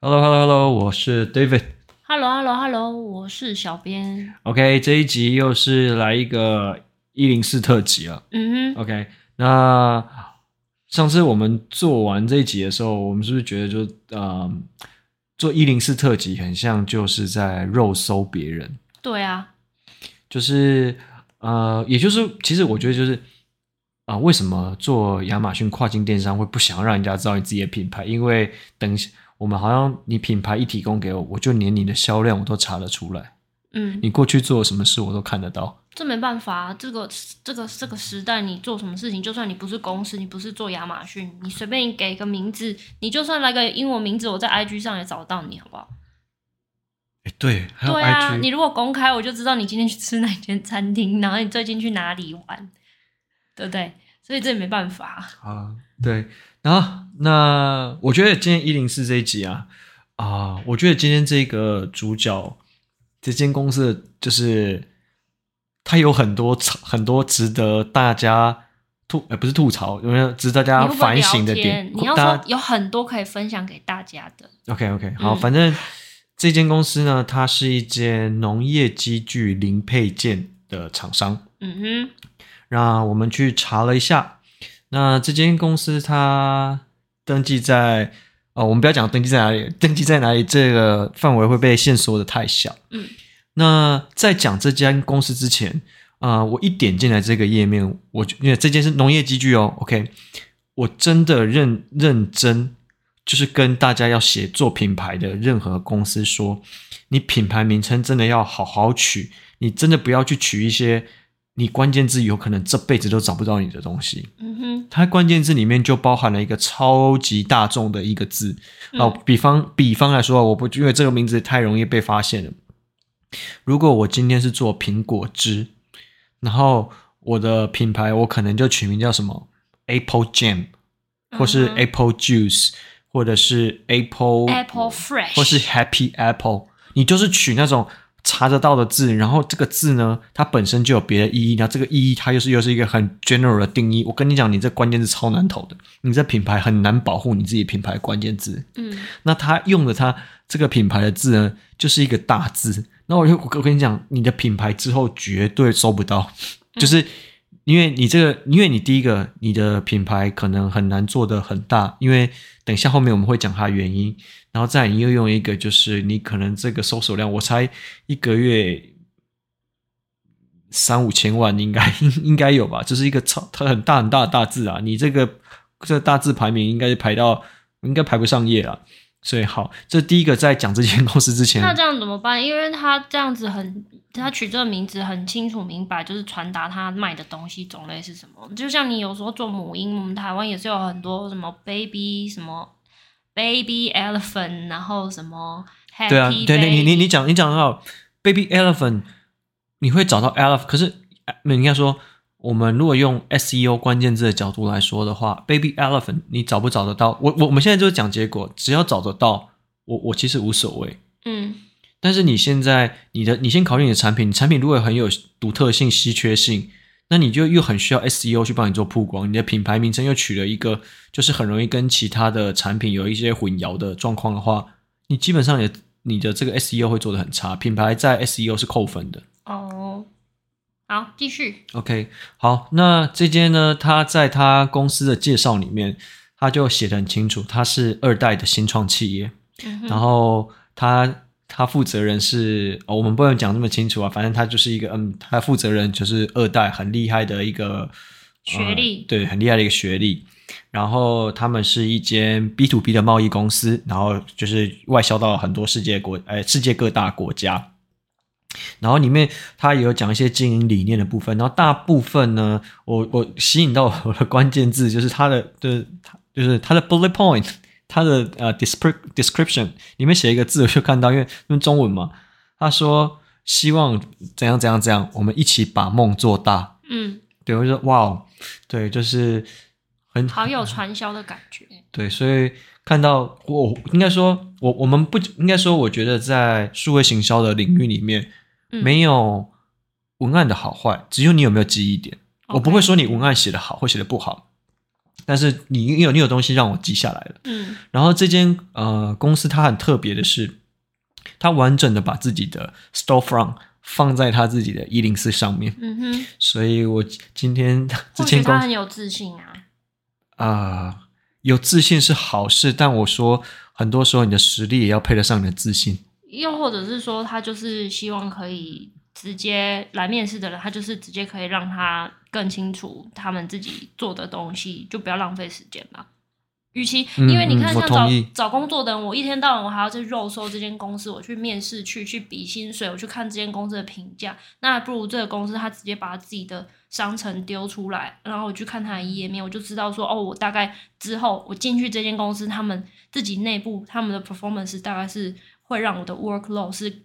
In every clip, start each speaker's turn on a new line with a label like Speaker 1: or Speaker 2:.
Speaker 1: Hello，Hello，Hello，我是 David。
Speaker 2: Hello，Hello，Hello，我是小编。
Speaker 1: OK，这一集又是来一个一零四特辑了。
Speaker 2: 嗯哼，
Speaker 1: OK，那上次我们做完这一集的时候，我们是不是觉得就呃做一零四特辑很像就是在肉搜别人，
Speaker 2: 对啊，
Speaker 1: 就是呃，也就是其实我觉得就是啊、呃为什么做亚马逊跨境电商会不想让人家知道你自己的品牌？因为等一下我们好像你品牌一提供给我，我就连你的销量我都查得出来。
Speaker 2: 嗯，
Speaker 1: 你过去做了什么事我都看得到。
Speaker 2: 这没办法、啊，这个这个这个时代，你做什么事情，就算你不是公司，你不是做亚马逊，你随便你给一个名字，你就算来个英文名字，我在 IG 上也找到你，好不好？
Speaker 1: 哎，对， 还
Speaker 2: 对啊，你如果公开，我就知道你今天去吃哪间餐厅，然后你最近去哪里玩，对不对？所以这也没办法。
Speaker 1: 啊，对。然后那我觉得今天一零四这一集啊啊，我觉得今天这个主角这间公司的就是它有很多很多值得大家吐呃不是吐槽，有没有值得大
Speaker 2: 你
Speaker 1: 家
Speaker 2: 会不会
Speaker 1: 反省的
Speaker 2: 聊
Speaker 1: 点
Speaker 2: 天？？你要
Speaker 1: 大
Speaker 2: 说
Speaker 1: 家
Speaker 2: 有很多可以分享给大家的，
Speaker 1: OK OK 好，
Speaker 2: 嗯
Speaker 1: 反正这间公司呢，它是一间农业机具零配件的厂商。
Speaker 2: 嗯哼，
Speaker 1: 那我们去查了一下，那这间公司它登记在呃，我们不要讲登记在哪里，登记在哪里这个范围会被限缩的太小。
Speaker 2: 嗯，
Speaker 1: 那在讲这间公司之前啊、呃我一点进来这个页面，我就因为这间是农业机具哦，OK，我真的认认真。就是跟大家要写做品牌的任何公司说，你品牌名称真的要好好取，你真的不要去取一些你关键字有可能这辈子都找不到你的东西。
Speaker 2: 嗯哼，
Speaker 1: 它关键字里面就包含了一个超级大众的一个字
Speaker 2: 嗯
Speaker 1: 哦，比方比方来说，我不因为这个名字太容易被发现了。如果我今天是做苹果汁，然后我的品牌我可能就取名叫什么 Apple Jam，或是
Speaker 2: 嗯哼
Speaker 1: Apple Juice，或者是 Apple
Speaker 2: Apple Fresh
Speaker 1: 或是 Happy Apple，你就是取那种查得到的字，然后这个字呢，它本身就有别的意义，然后这个意义它又是又是一个很 general 的定义。我跟你讲，你这关键字超难投的，你这品牌很难保护你自己品牌关键字。
Speaker 2: 嗯。
Speaker 1: 那他用的他这个品牌的字呢，就是一个大字。那我就我跟你讲，你的品牌之后绝对搜不到，就是因为你这个，因为你第一个，你的品牌可能很难做的很大，因为等一下后面我们会讲它的原因。然后再你又用一个，就是你可能这个搜索量，我猜一个月。三五千万应该应应该有吧，就是一个超它很大很大的大字啊，你这个这个大字排名应该是排到应该排不上页了，啊所以好，这第一个在讲这间公司之前，
Speaker 2: 那这样怎么办？因为他这样子很，他取这个名字很清楚明白，就是传达他卖的东西种类是什么。就像你有时候做母婴，我们台湾也是有很多什么 baby 什么 baby elephant，然后什么 happy
Speaker 1: 对啊，对，你你你
Speaker 2: baby
Speaker 1: 你讲你讲得好，baby elephant，你会找到 elephant，可是呃那应该说，我们如果用 SEO 关键字的角度来说的话，baby elephant 你找不找得到？我我我们现在就是讲结果，只要找得到，我我其实无所谓。
Speaker 2: 嗯
Speaker 1: 但是你现在你的你先考虑你的产品，你产品如果很有独特性、稀缺性，那你就又很需要 SEO 去帮你做曝光，你的品牌名称又取了一个就是很容易跟其他的产品有一些混淆的状况的话，你基本上你的你的这个 SEO 会做的很差，品牌在 SEO 是扣分的。
Speaker 2: 哦，好，继续
Speaker 1: OK，好，那这间呢，他在他公司的介绍里面，他就写的很清楚，他是二代的新创企业。
Speaker 2: 嗯哼
Speaker 1: 然后他他负责人是、哦，我们不能讲那么清楚啊，反正他就是一个嗯，他负责人就是二代很厉害的一个
Speaker 2: 学历
Speaker 1: 呃对，很厉害的一个学历。然后他们是一间 B to B 的贸易公司，然后就是外销到很多世界国，呃，世界各大国家。然后里面他也有讲一些经营理念的部分，然后大部分呢，我我吸引到我的关键字就是他的，就是他就是他的 bullet point，他 的呃 descrip description 里面写一个字，我就看到，因为因为中文嘛，他说希望怎样怎样怎样，我们一起把梦做大。
Speaker 2: 嗯，
Speaker 1: 对，我就说哇哦，对，就是很
Speaker 2: 好有传销的感觉，
Speaker 1: 对，所以看到我应该说，我我们不应该说，我觉得在数位行销的领域里面，
Speaker 2: 嗯
Speaker 1: 没有文案的好坏，只有你有没有记忆点。我不
Speaker 2: OK
Speaker 1: 会说你文案写的好或写的不好，但是你你有你有东西让我记下来了。
Speaker 2: 嗯
Speaker 1: 然后这间呃公司它很特别的是，它完整的把自己的 storefront 放在它自己的一零四上面，
Speaker 2: 嗯哼，
Speaker 1: 所以我今天 这
Speaker 2: 或许
Speaker 1: 间公
Speaker 2: 他
Speaker 1: 司
Speaker 2: 很有自信啊。
Speaker 1: 啊、有自信是好事，但我说很多时候你的实力也要配得上你的自信。
Speaker 2: 又或者是说，他就是希望可以直接来面试的人，他就是直接可以让他更清楚他们自己做的东西，就不要浪费时间吧。与其，
Speaker 1: 嗯
Speaker 2: 因为你
Speaker 1: 嗯
Speaker 2: 看，
Speaker 1: 我
Speaker 2: 像找、
Speaker 1: 同意
Speaker 2: 找工作的人，我一天到晚我还要去肉搜这间公司，我去面试去去比薪水，我去看这间公司的评价，那不如这个公司他直接把自己的商城丢出来，然后我去看它的页面，我就知道说，哦，我大概之后我进去这间公司，他们自己内部他们的 performance 大概是会让我的 workload 是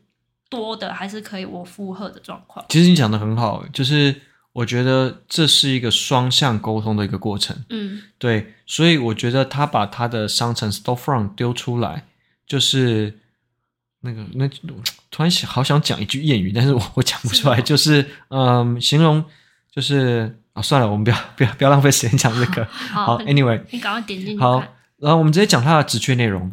Speaker 2: 多的，还是可以我负荷的状况。
Speaker 1: 其实你讲的很好，就是我觉得这是一个双向沟通的一个过程。
Speaker 2: 嗯
Speaker 1: 对，所以我觉得他把他的商城 storefront 丢出来，就是那个那突然想好想讲一句谚语，但是我我 讲不出来，
Speaker 2: 是吗
Speaker 1: 就是嗯，形容就是啊，算了，我们不要不要不要浪费时间讲这个。
Speaker 2: 好，
Speaker 1: 好，anyway，
Speaker 2: 你赶快点进去
Speaker 1: 好
Speaker 2: 看。，
Speaker 1: 然后我们直接讲它的职缺内容。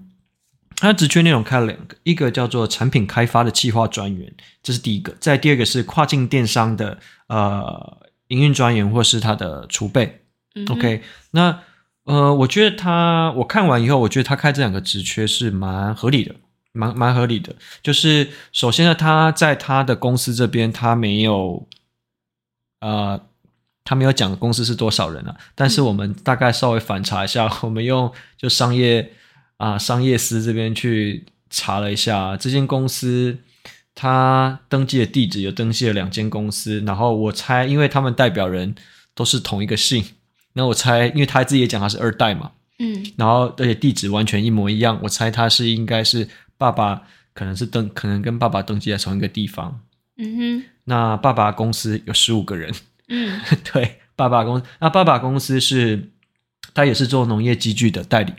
Speaker 1: 它的职缺内容开了两个，一个叫做产品开发的企划专员，这是第一个；再第二个是跨境电商的呃营运专员，或是它的储备。
Speaker 2: 嗯哼
Speaker 1: OK，那呃，我觉得他我看完以后，我觉得他开这两个职缺是蛮合理的，蛮蛮合理的。就是首先呢，他在他的公司这边，他没有呃，他没有讲公司是多少人啊，但是
Speaker 2: 嗯
Speaker 1: 我们大概稍微反查一下，我们用就商业啊、商业司这边去查了一下这间公司。他登记的地址有登记了两间公司，然后我猜，因为他们代表人都是同一个姓，那我猜，因为他自己也讲他是二代嘛，
Speaker 2: 嗯
Speaker 1: 然后而且地址完全一模一样，我猜他是应该是爸爸可能是登，可能跟爸爸登记在同一个地方。
Speaker 2: 嗯哼
Speaker 1: 那爸爸公司有十五个人，
Speaker 2: 嗯
Speaker 1: 对，爸爸公那爸爸公司是，他也是做农业机具的代理，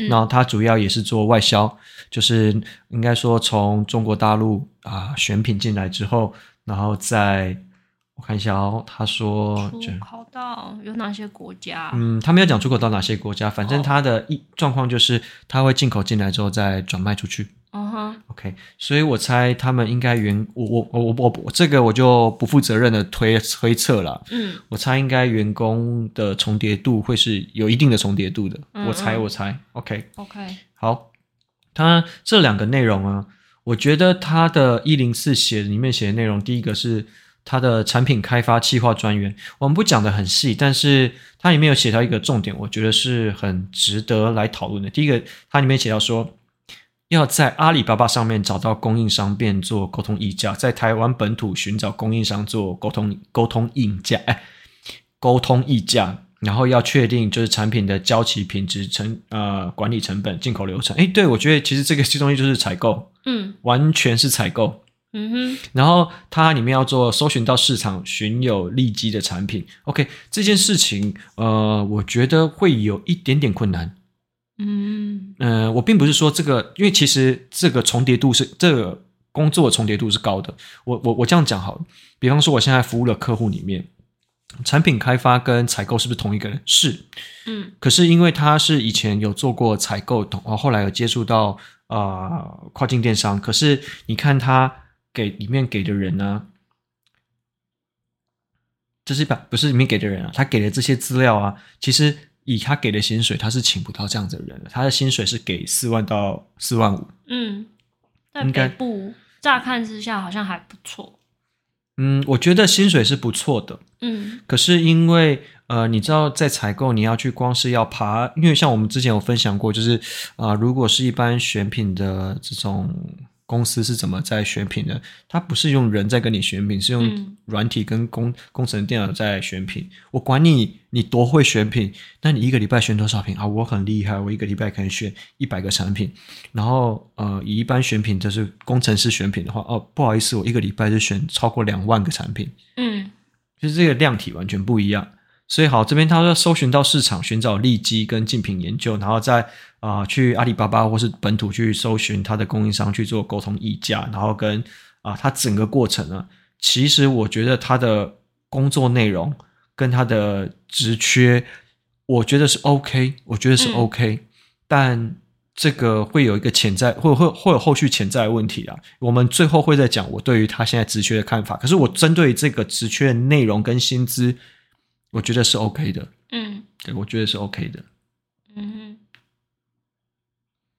Speaker 2: 嗯
Speaker 1: 然后他主要也是做外销，就是应该说从中国大陆啊、选品进来之后，然后再我看一下哦，他说这
Speaker 2: 出考到有哪些国家？
Speaker 1: 嗯，他没有讲出口到哪些国家，反正
Speaker 2: 哦
Speaker 1: 他的一状况就是他会进口进来之后再转卖出去。
Speaker 2: 嗯哼，
Speaker 1: OK，所以我猜他们应该员我我我我我这个我就不负责任的推推测了，
Speaker 2: 嗯
Speaker 1: 我猜应该员工的重叠度会是有一定的重叠度的，
Speaker 2: 嗯
Speaker 1: 我猜
Speaker 2: 嗯
Speaker 1: 我猜。OK，
Speaker 2: ，OK，
Speaker 1: 好，它这两个内容啊，我觉得它的一零四写里面写的内容，第一个是它的产品开发企划专员，我们不讲的很细，但是它里面有写到一个重点，我觉得是很值得来讨论的。第一个，它里面写到说。要在阿里巴巴上面找到供应商，便做沟通议价；在台湾本土寻找供应商做沟通沟通议价，哎，沟通议价，然后要确定就是产品的交期、品质、成呃管理成本、进口流程。哎，对我觉得其实这个这东西就是采购，
Speaker 2: 嗯
Speaker 1: 完全是采购。
Speaker 2: 嗯哼，
Speaker 1: 然后它里面要做搜寻到市场，寻有利基的产品。OK，这件事情呃，我觉得会有一点点困难。
Speaker 2: 嗯
Speaker 1: 呃，我并不是说这个，因为其实这个重叠度是这个工作的重叠度是高的。我我我这样讲好了，比方说我现在服务的客户里面，产品开发跟采购是不是同一个人？是，
Speaker 2: 嗯
Speaker 1: 可是因为他是以前有做过采购，同哦后来有接触到呃跨境电商，可是你看他给里面给的人呢、就是把不是里面给的人啊，他给的这些资料啊，其实以他给的薪水，他是请不到这样子的人的，他的薪水是给四万到四万五，
Speaker 2: 嗯，在
Speaker 1: 应该
Speaker 2: 北部乍看之下好像还不错。
Speaker 1: 嗯，我觉得薪水是不错的，
Speaker 2: 嗯
Speaker 1: 可是因为呃，你知道在采购你要去光是要爬，因为像我们之前有分享过，就是啊、呃如果是一般选品的这种公司是怎么在选品的，它不是用人在跟你选品，是用
Speaker 2: 嗯
Speaker 1: 软体跟工工程电脑在选品。我管你你多会选品，那你一个礼拜选多少品啊？我很厉害，我一个礼拜可能选一百个产品。然后呃，以一般选品就是工程师选品的话，哦，不好意思，我一个礼拜就选超过两万个产品。
Speaker 2: 嗯
Speaker 1: 就是这个量体完全不一样。所以好，这边他说搜寻到市场，寻找利基跟竞品研究，然后再啊、呃去阿里巴巴或是本土去搜寻它的供应商去做沟通议价，然后跟啊、它整个过程呢，其实我觉得它的工作内容跟它的职缺我觉得是 OK，我觉得是
Speaker 2: 嗯
Speaker 1: OK，、但这个会有一个潜在，会会会有后续潜在的问题啊。我们最后会再讲我对于他现在职缺的看法，可是我针对这个职缺的内容跟薪资，我觉得是 OK 的，
Speaker 2: 嗯
Speaker 1: 对我觉得是 OK 的。
Speaker 2: 嗯哼，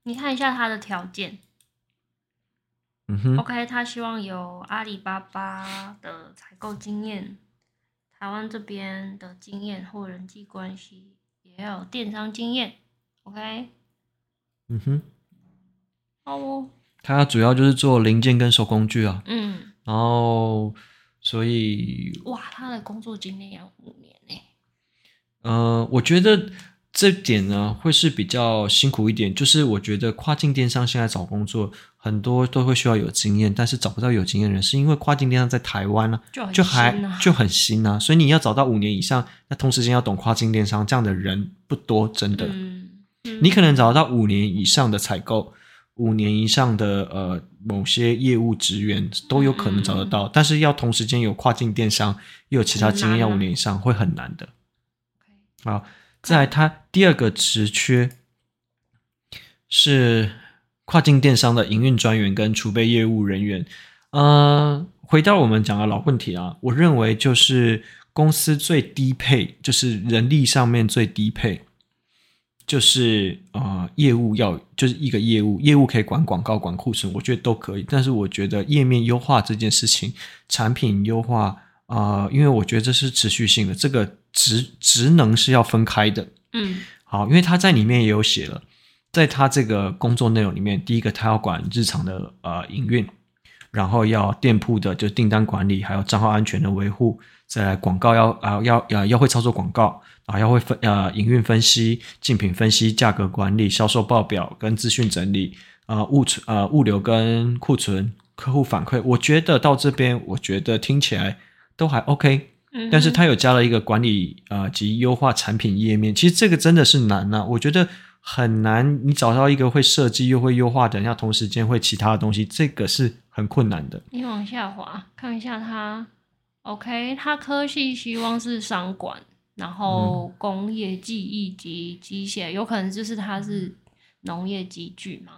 Speaker 2: 你看一下他的条件。
Speaker 1: 嗯哼，
Speaker 2: OK，他希望有阿里巴巴的采购经验，台湾这边的经验或人际关系，也要有电商经验。OK，
Speaker 1: 嗯哼，
Speaker 2: 好哦，
Speaker 1: 他主要就是做零件跟手工具啊，
Speaker 2: 嗯，
Speaker 1: 然后所以
Speaker 2: 哇，他的工作经历要五年欸呢、
Speaker 1: 呃，我觉得这点呢会是比较辛苦一点，就是我觉得跨境电商现在找工作很多都会需要有经验，但是找不到有经验的人，是因为跨境电商在台湾啊呢、
Speaker 2: 就很
Speaker 1: 就还
Speaker 2: 新啊
Speaker 1: 就很新啊，所以你要找到五年以上，那同时间要懂跨境电商这样的人不多，真的。
Speaker 2: 嗯，嗯
Speaker 1: 你可能找到五年以上的采购，五年以上的呃某些业务职员都有可能找得到，但是要同时间有跨境电商又有其他
Speaker 2: 嗯很
Speaker 1: 经验，
Speaker 2: 难
Speaker 1: 要
Speaker 2: 啊
Speaker 1: 五年以上会很难的。再来，它第二个职缺是跨境电商的营运专员跟储备业务人员。呃，回到我们讲的老问题啊，我认为就是公司最低配，就是人力上面最低配，就是呃业务要就是一个业务，业务可以管广告、管库存，我觉得都可以。但是我觉得页面优化这件事情，产品优化。啊、因为我觉得这是持续性的，这个职职能是要分开的。
Speaker 2: 嗯
Speaker 1: 好，因为他在里面也有写了，在他这个工作内容里面，第一个他要管日常的呃营运，然后要店铺的就订单管理，还有账号安全的维护，再来广告要啊、要呃要会操作广告，然后要会分呃营运分析、竞品分析、价格管理、销售报表跟资讯整理，呃物存呃物流跟库存、客户反馈，我觉得到这边我觉得听起来都还 OK，
Speaker 2: 嗯，
Speaker 1: 但是它有加了一个管理呃及优化产品页面，其实这个真的是难呐、我觉得很难，你找到一个会设计又会优化的人，要同时间会其他的东西，这个是很困难的。
Speaker 2: 你往下滑看一下他。OK，他科系希望是商管，然后
Speaker 1: 嗯
Speaker 2: 工业技艺及机械，有可能就是他是农业机具嘛。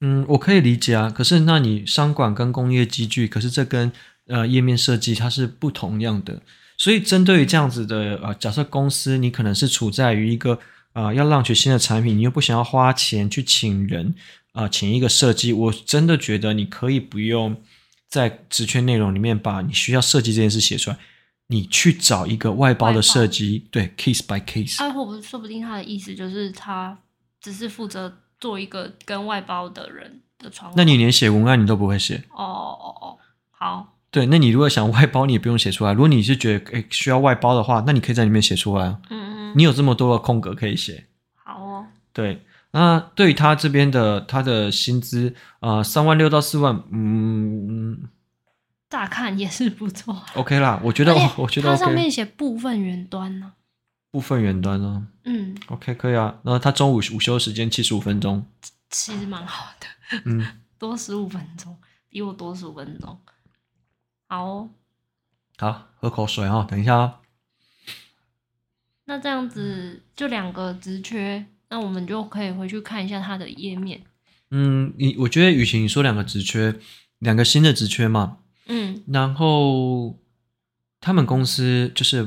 Speaker 1: 嗯，我可以理解啊，可是那你商管跟工业机具，可是这跟呃页面设计它是不同样的，所以针对于这样子的呃，假设公司你可能是处在于一个呃要让取新的产品，你又不想要花钱去请人啊、呃请一个设计，我真的觉得你可以不用在职缺内容里面把你需要设计这件事写出来，你去找一个外包
Speaker 2: 外包
Speaker 1: 的设计，对，case by case，、
Speaker 2: 啊，或不说不定他的意思就是他只是负责做一个跟外包的人的窗口。
Speaker 1: 那你连写文案你都不会写。
Speaker 2: 哦哦哦，好，
Speaker 1: 对，那你如果想外包，你也不用写出来。如果你是觉得诶需要外包的话，那你可以在里面写出来啊。
Speaker 2: 嗯嗯，
Speaker 1: 你有这么多的空格可以写。
Speaker 2: 好哦，
Speaker 1: 对，那对于他这边的他的薪资啊，三万六到四万，嗯嗯
Speaker 2: 乍看也是不错啊。
Speaker 1: ，OK 啦，我觉
Speaker 2: 觉
Speaker 1: 得我我觉得
Speaker 2: 它上
Speaker 1: OK。
Speaker 2: 面写部分云端呢、
Speaker 1: 部分远端呢、
Speaker 2: 嗯，
Speaker 1: o k 可以啊。然后他中午午休时间七十五分钟，
Speaker 2: 其实蛮好的，
Speaker 1: 嗯，
Speaker 2: 多十五分钟，比我多十五分钟。好哦，
Speaker 1: 好，喝口水啊、等一下、啊。
Speaker 2: 那这样子就两个职缺，那我们就可以回去看一下它的页面。
Speaker 1: 嗯，你我觉得，与其你说两个职缺，两个新的职缺嘛，
Speaker 2: 嗯
Speaker 1: 然后他们公司就是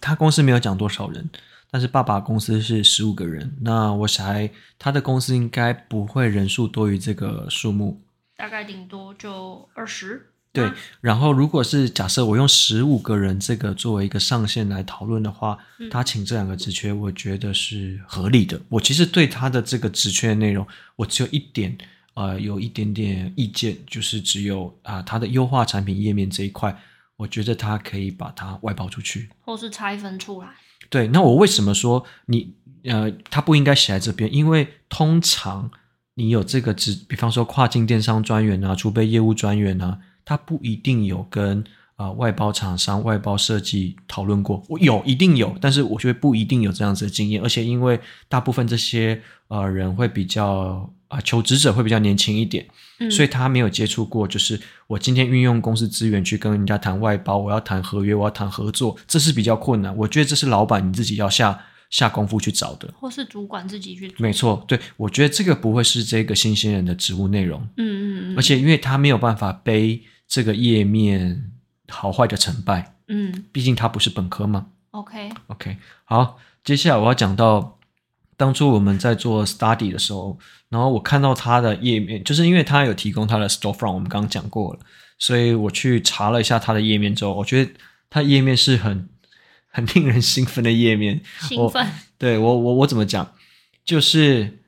Speaker 1: 他公司没有讲多少人，但是爸爸公司是十五个人。那我想他的公司应该不会人数多于这个数目。
Speaker 2: 大概顶多就二十。
Speaker 1: 对然后如果是假设我用十五个人这个作为一个上限来讨论的话，
Speaker 2: 嗯
Speaker 1: 他请这两个职缺，我觉得是合理的。我其实对他的这个职缺的内容，我只有一点。呃，有一点点意见，就是只有啊、他的优化产品页面这一块，我觉得他可以把它外包出去。
Speaker 2: 或是拆分出来。
Speaker 1: 对，那我为什么说你呃，他不应该写在这边？因为通常你有这个职，比方说跨境电商专员啊、储备业务专员啊，他不一定有跟啊、呃外包厂商、外包设计讨论过。我有，一定有，但是我觉得不一定有这样子的经验。而且因为大部分这些呃人会比较啊、求职者会比较年轻一点，
Speaker 2: 嗯，
Speaker 1: 所以他没有接触过，就是我今天运用公司资源去跟人家谈外包，我要谈合约，我要谈合作，这是比较困难。我觉得这是老板你自己要下下功夫去找的。
Speaker 2: 或是主管自己去做。
Speaker 1: 没错，对我觉得这个不会是这个新鲜人的职务内容，
Speaker 2: 嗯嗯嗯，
Speaker 1: 而且因为他没有办法背这个页面好坏的成败，
Speaker 2: 嗯
Speaker 1: 毕竟他不是本科嘛。
Speaker 2: ，OK，
Speaker 1: OK，好，接下来我要讲到当初我们在做 study 的时候，然后我看到它的页面，就是因为它有提供它的 storefront，我们刚刚讲过了，所以我去查了一下它的页面之后，我觉得它页面是很很令人兴奋的页面。
Speaker 2: 兴奋，
Speaker 1: 对我，我我怎么讲，就是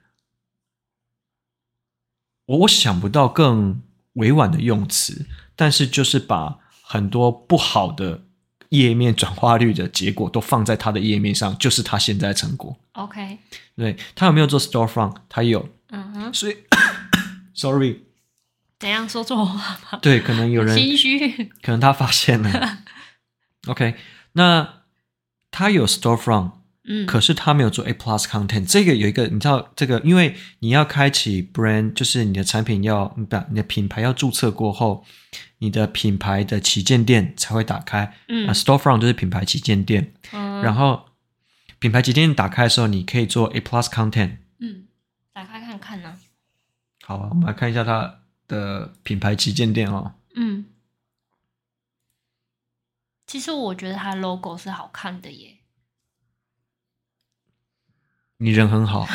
Speaker 1: 我我想不到更委婉的用词，但是就是把很多不好的页面转化率的结果都放在他的页面上，就是他现在的成果。
Speaker 2: OK，
Speaker 1: 对他有没有做 storefront？他有，
Speaker 2: 嗯哼，
Speaker 1: 所以 sorry，
Speaker 2: 怎样说错话？
Speaker 1: 对，可能有人
Speaker 2: 心虚，
Speaker 1: 可能他发现了。OK，那他有 storefront，
Speaker 2: 嗯，
Speaker 1: 可是他没有做 A plus content，这个有一个你知道这个，因为你要开启 brand，就是你的产品要嗯不，你的品牌要注册过后，你的品牌的旗舰店才会打开。
Speaker 2: 嗯
Speaker 1: 啊，storefront 就是品牌旗舰店，
Speaker 2: 嗯
Speaker 1: 然后品牌旗舰店打开的时候，你可以做 A plus content。
Speaker 2: 嗯，打开看看呢、
Speaker 1: 好啊，我们来看一下它的品牌旗舰店哦。
Speaker 2: 嗯，其实我觉得它 logo 是好看的耶，
Speaker 1: 你人很好，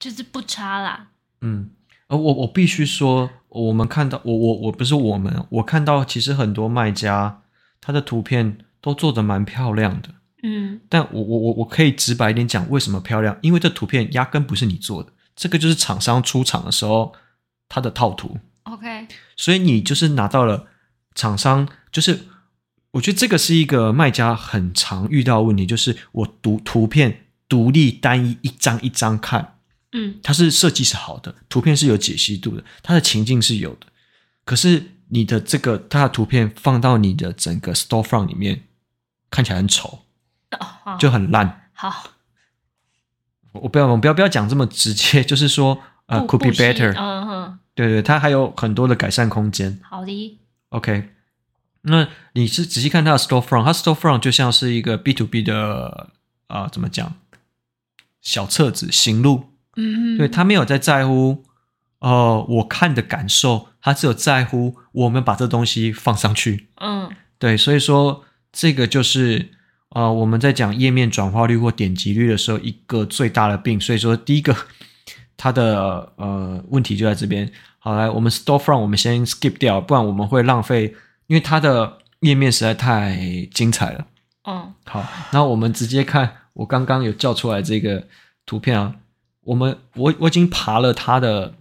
Speaker 2: 就是不差啦。
Speaker 1: 嗯，呃，我我必须说，我们看到我我我不是我们，我看到其实很多卖家他的图片都做的蛮漂亮的，
Speaker 2: 嗯，
Speaker 1: 但我我我我可以直白一点讲，为什么漂亮？因为这图片压根不是你做的，这个就是厂商出厂的时候它的套图，
Speaker 2: OK，
Speaker 1: 所以你就是拿到了厂商，就是我觉得这个是一个卖家很常遇到的问题，就是我读图片独立单一一张一张看，
Speaker 2: 嗯
Speaker 1: 它是设计是好的，图片是有解析度的，它的情境是有的。可是你的这个它的图片放到你的整个 storefront 里面，看起来很丑，
Speaker 2: 哦好
Speaker 1: 就很烂。
Speaker 2: 好，
Speaker 1: 我我不要，我们不要不要讲这么直接， 就是说呃
Speaker 2: 不
Speaker 1: ，could be
Speaker 2: 不惜
Speaker 1: better，、
Speaker 2: 嗯哼，
Speaker 1: 对对，它还有很多的改善空间。
Speaker 2: 好的，
Speaker 1: OK，那你是仔细看它的 storefront，它 storefront 就像是一个 B to B 的啊、呃怎么讲小册子行路，
Speaker 2: 嗯，
Speaker 1: 对他没有在在乎，呃，我看的感受，他只有在乎我们把这东西放上去。
Speaker 2: 嗯
Speaker 1: 对，所以说这个就是呃我们在讲页面转化率或点击率的时候一个最大的病。所以说第一个它的呃问题就在这边。好，来我们 storefront 我们先 skip 掉，不然我们会浪费，因为它的页面实在太精彩了。
Speaker 2: 嗯，
Speaker 1: 好，那我们直接看我刚刚有叫出来这个图片啊，我们我我已经爬了它的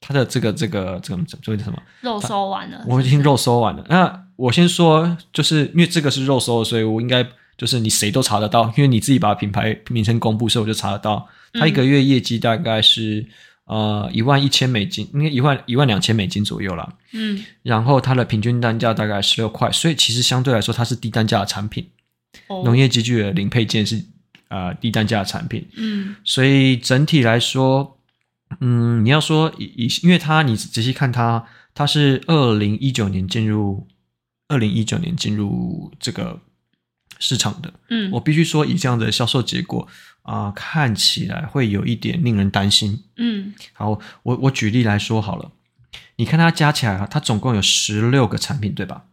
Speaker 1: 它的这个这个这个这个这个什么，
Speaker 2: 肉收完了，
Speaker 1: 我已经肉搜完了。那我先说，就是因为这个是肉搜的，所以我应该就是你谁都查得到，因为你自己把品牌名称公布，所以我就查得到。
Speaker 2: 嗯
Speaker 1: 它一个月业绩大概是、呃一万一千美金，应该一万一万两千美金左右啦。
Speaker 2: 嗯
Speaker 1: 然后它的平均单价大概十六块，所以其实相对来说它是低单价的产品。
Speaker 2: 哦
Speaker 1: 农业机具的零配件是呃低单价的产品，
Speaker 2: 嗯
Speaker 1: 所以整体来说，嗯，你要说以以，因为它你仔细看它，它是二零一九年进入二零一九年进入这个市场的，
Speaker 2: 嗯
Speaker 1: 我必须说以这样的销售结果啊、看起来会有一点令人担心。
Speaker 2: 嗯
Speaker 1: 好，我我举例来说好了，你看它加起来啊，它总共有十六个产品，对吧？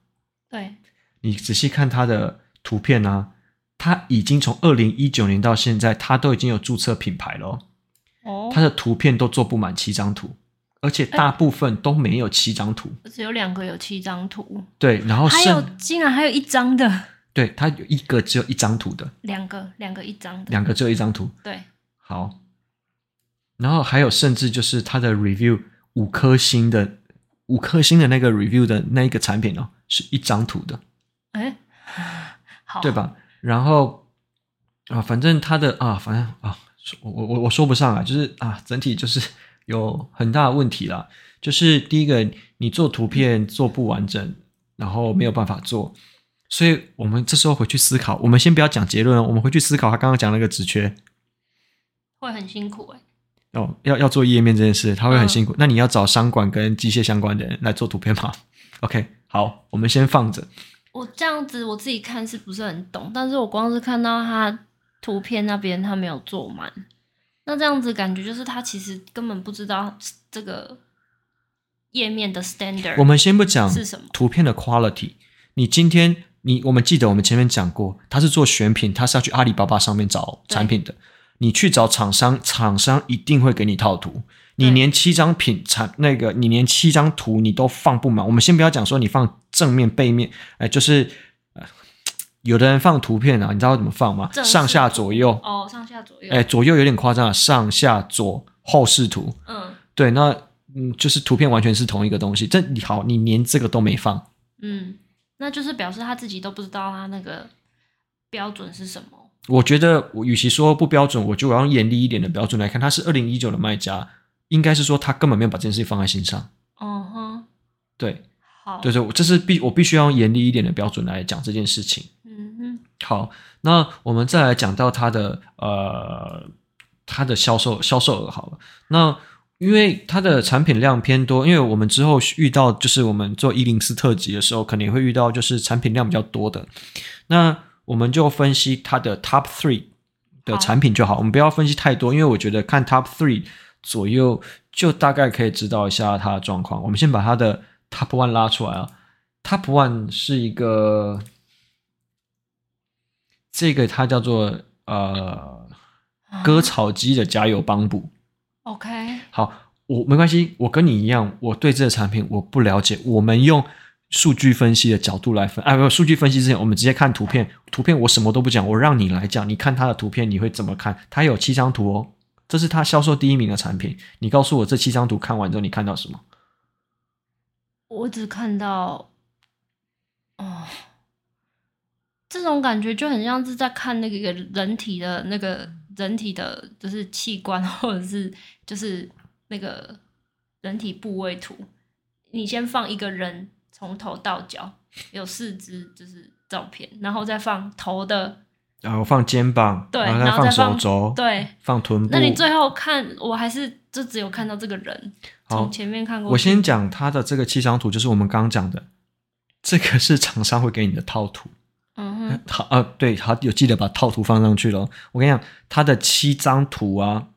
Speaker 2: 对，
Speaker 1: 你仔细看它的图片啊，它已经从二零一九年到现在，它都已经有注册品牌了哦。
Speaker 2: 哦，
Speaker 1: 它的图片都做不满七张图，而且大部分都没有七张图。
Speaker 2: 只有两个有七张图，
Speaker 1: 对，然后
Speaker 2: 还有
Speaker 1: 剩
Speaker 2: 竟然还有一张的，
Speaker 1: 对它有一个只有一张图的，
Speaker 2: 两个两个一张的，
Speaker 1: 两个只有一张图。
Speaker 2: 对，
Speaker 1: 好，然后还有甚至就是它的 review 五颗星的五颗星的那个 review 的那一个产品哦，是一张图的。
Speaker 2: 哎，好，
Speaker 1: 对？吧？然后啊，反正他的啊，反正啊，说我我我说不上来，就是啊，整体就是有很大的问题啦。就是第一个，你做图片做不完整，然后没有办法做，所以我们这时候回去思考，我们先不要讲结论哦，我们回去思考他刚刚讲那个职缺
Speaker 2: 会很辛苦哎、
Speaker 1: 哦，要要做页面这件事，他会很
Speaker 2: 嗯
Speaker 1: 辛苦。那你要找商管跟机械相关的人来做图片吗？OK，好，我们先放着。
Speaker 2: 我这样子我自己看是不是很懂？但是我光是看到他图片那边他没有做满，那这样子感觉就是他其实根本不知道这个页面的 standard。
Speaker 1: 我们先不讲
Speaker 2: 是什么
Speaker 1: 图片的 quality，你今天你我们记得我们前面讲过，他是做选品，他是要去阿里巴巴上面找
Speaker 2: 对
Speaker 1: 产品的。你去找厂商，厂商一定会给你套图。你
Speaker 2: 对
Speaker 1: 连七张品产那个，你连七张图你都放不满。我们先不要讲说你放正面、背面，哎、就是、呃有的人放图片啊，你知道怎么放吗？
Speaker 2: 正视
Speaker 1: 上下
Speaker 2: 图
Speaker 1: 左右，
Speaker 2: 哦，上下左右，
Speaker 1: 哎、左右有点夸张啊，上下左后视图，
Speaker 2: 嗯
Speaker 1: 对，那嗯，就是图片完全是同一个东西。这你好，你连这个都没放，
Speaker 2: 嗯，那就是表示他自己都不知道他那个标准是什么。
Speaker 1: 我觉得我与其说不标准，我就要用严厉一点的标准来看，他是二零一九的卖家，应该是说他根本没有把这件事情放在心上。
Speaker 2: 嗯哼，
Speaker 1: 对，
Speaker 2: 好，
Speaker 1: 对对，我这是必我必须要用严厉一点的标准来讲这件事情。
Speaker 2: 嗯哼，
Speaker 1: 好，那我们再来讲到它的呃它的销售销售额好了。那因为它的产品量偏多，因为我们之后遇到就是我们做一零四特辑的时候，肯定会遇到就是产品量比较多的。那我们就分析它的 top three 的
Speaker 2: 好
Speaker 1: 产品就好，我们不要分析太多，因为我觉得看 top three 左右就大概可以知道一下它的状况。我们先把它的 top one 拉出来啊，top one 是一个这个它叫做呃割草机的加油帮补。
Speaker 2: OK，
Speaker 1: 好，我没关系，我跟你一样，我对这个产品我不了解。我们用数据分析的角度来分，啊，没有数据分析之前，我们直接看图片。图片我什么都不讲，我让你来讲。你看它的图片，你会怎么看？它有七张图哦，这是它销售第一名的产品。你告诉我这七张图看完之后，你看到什么？
Speaker 2: 我只看到，哦，这种感觉就很像是在看那个人体的那个人体的，就是器官 或者是就是那个人体部位图。你先放一个人从头到脚有四肢，就是照片，然后再放头的，
Speaker 1: 然后啊放肩膀，
Speaker 2: 对
Speaker 1: 后再
Speaker 2: 然后再
Speaker 1: 手
Speaker 2: 放
Speaker 1: 肘，，
Speaker 2: 对。
Speaker 1: 放臀部。
Speaker 2: 那你最后看，我还是就只有看到这个人，
Speaker 1: 好
Speaker 2: 从前面看过去。
Speaker 1: 我先讲它的这个七张图，就是我们刚刚讲的，这个是厂商会给你的套图。
Speaker 2: 嗯哼，
Speaker 1: 好啊，对，好，有记得把套图放上去咯。我跟你讲，它的七张图啊，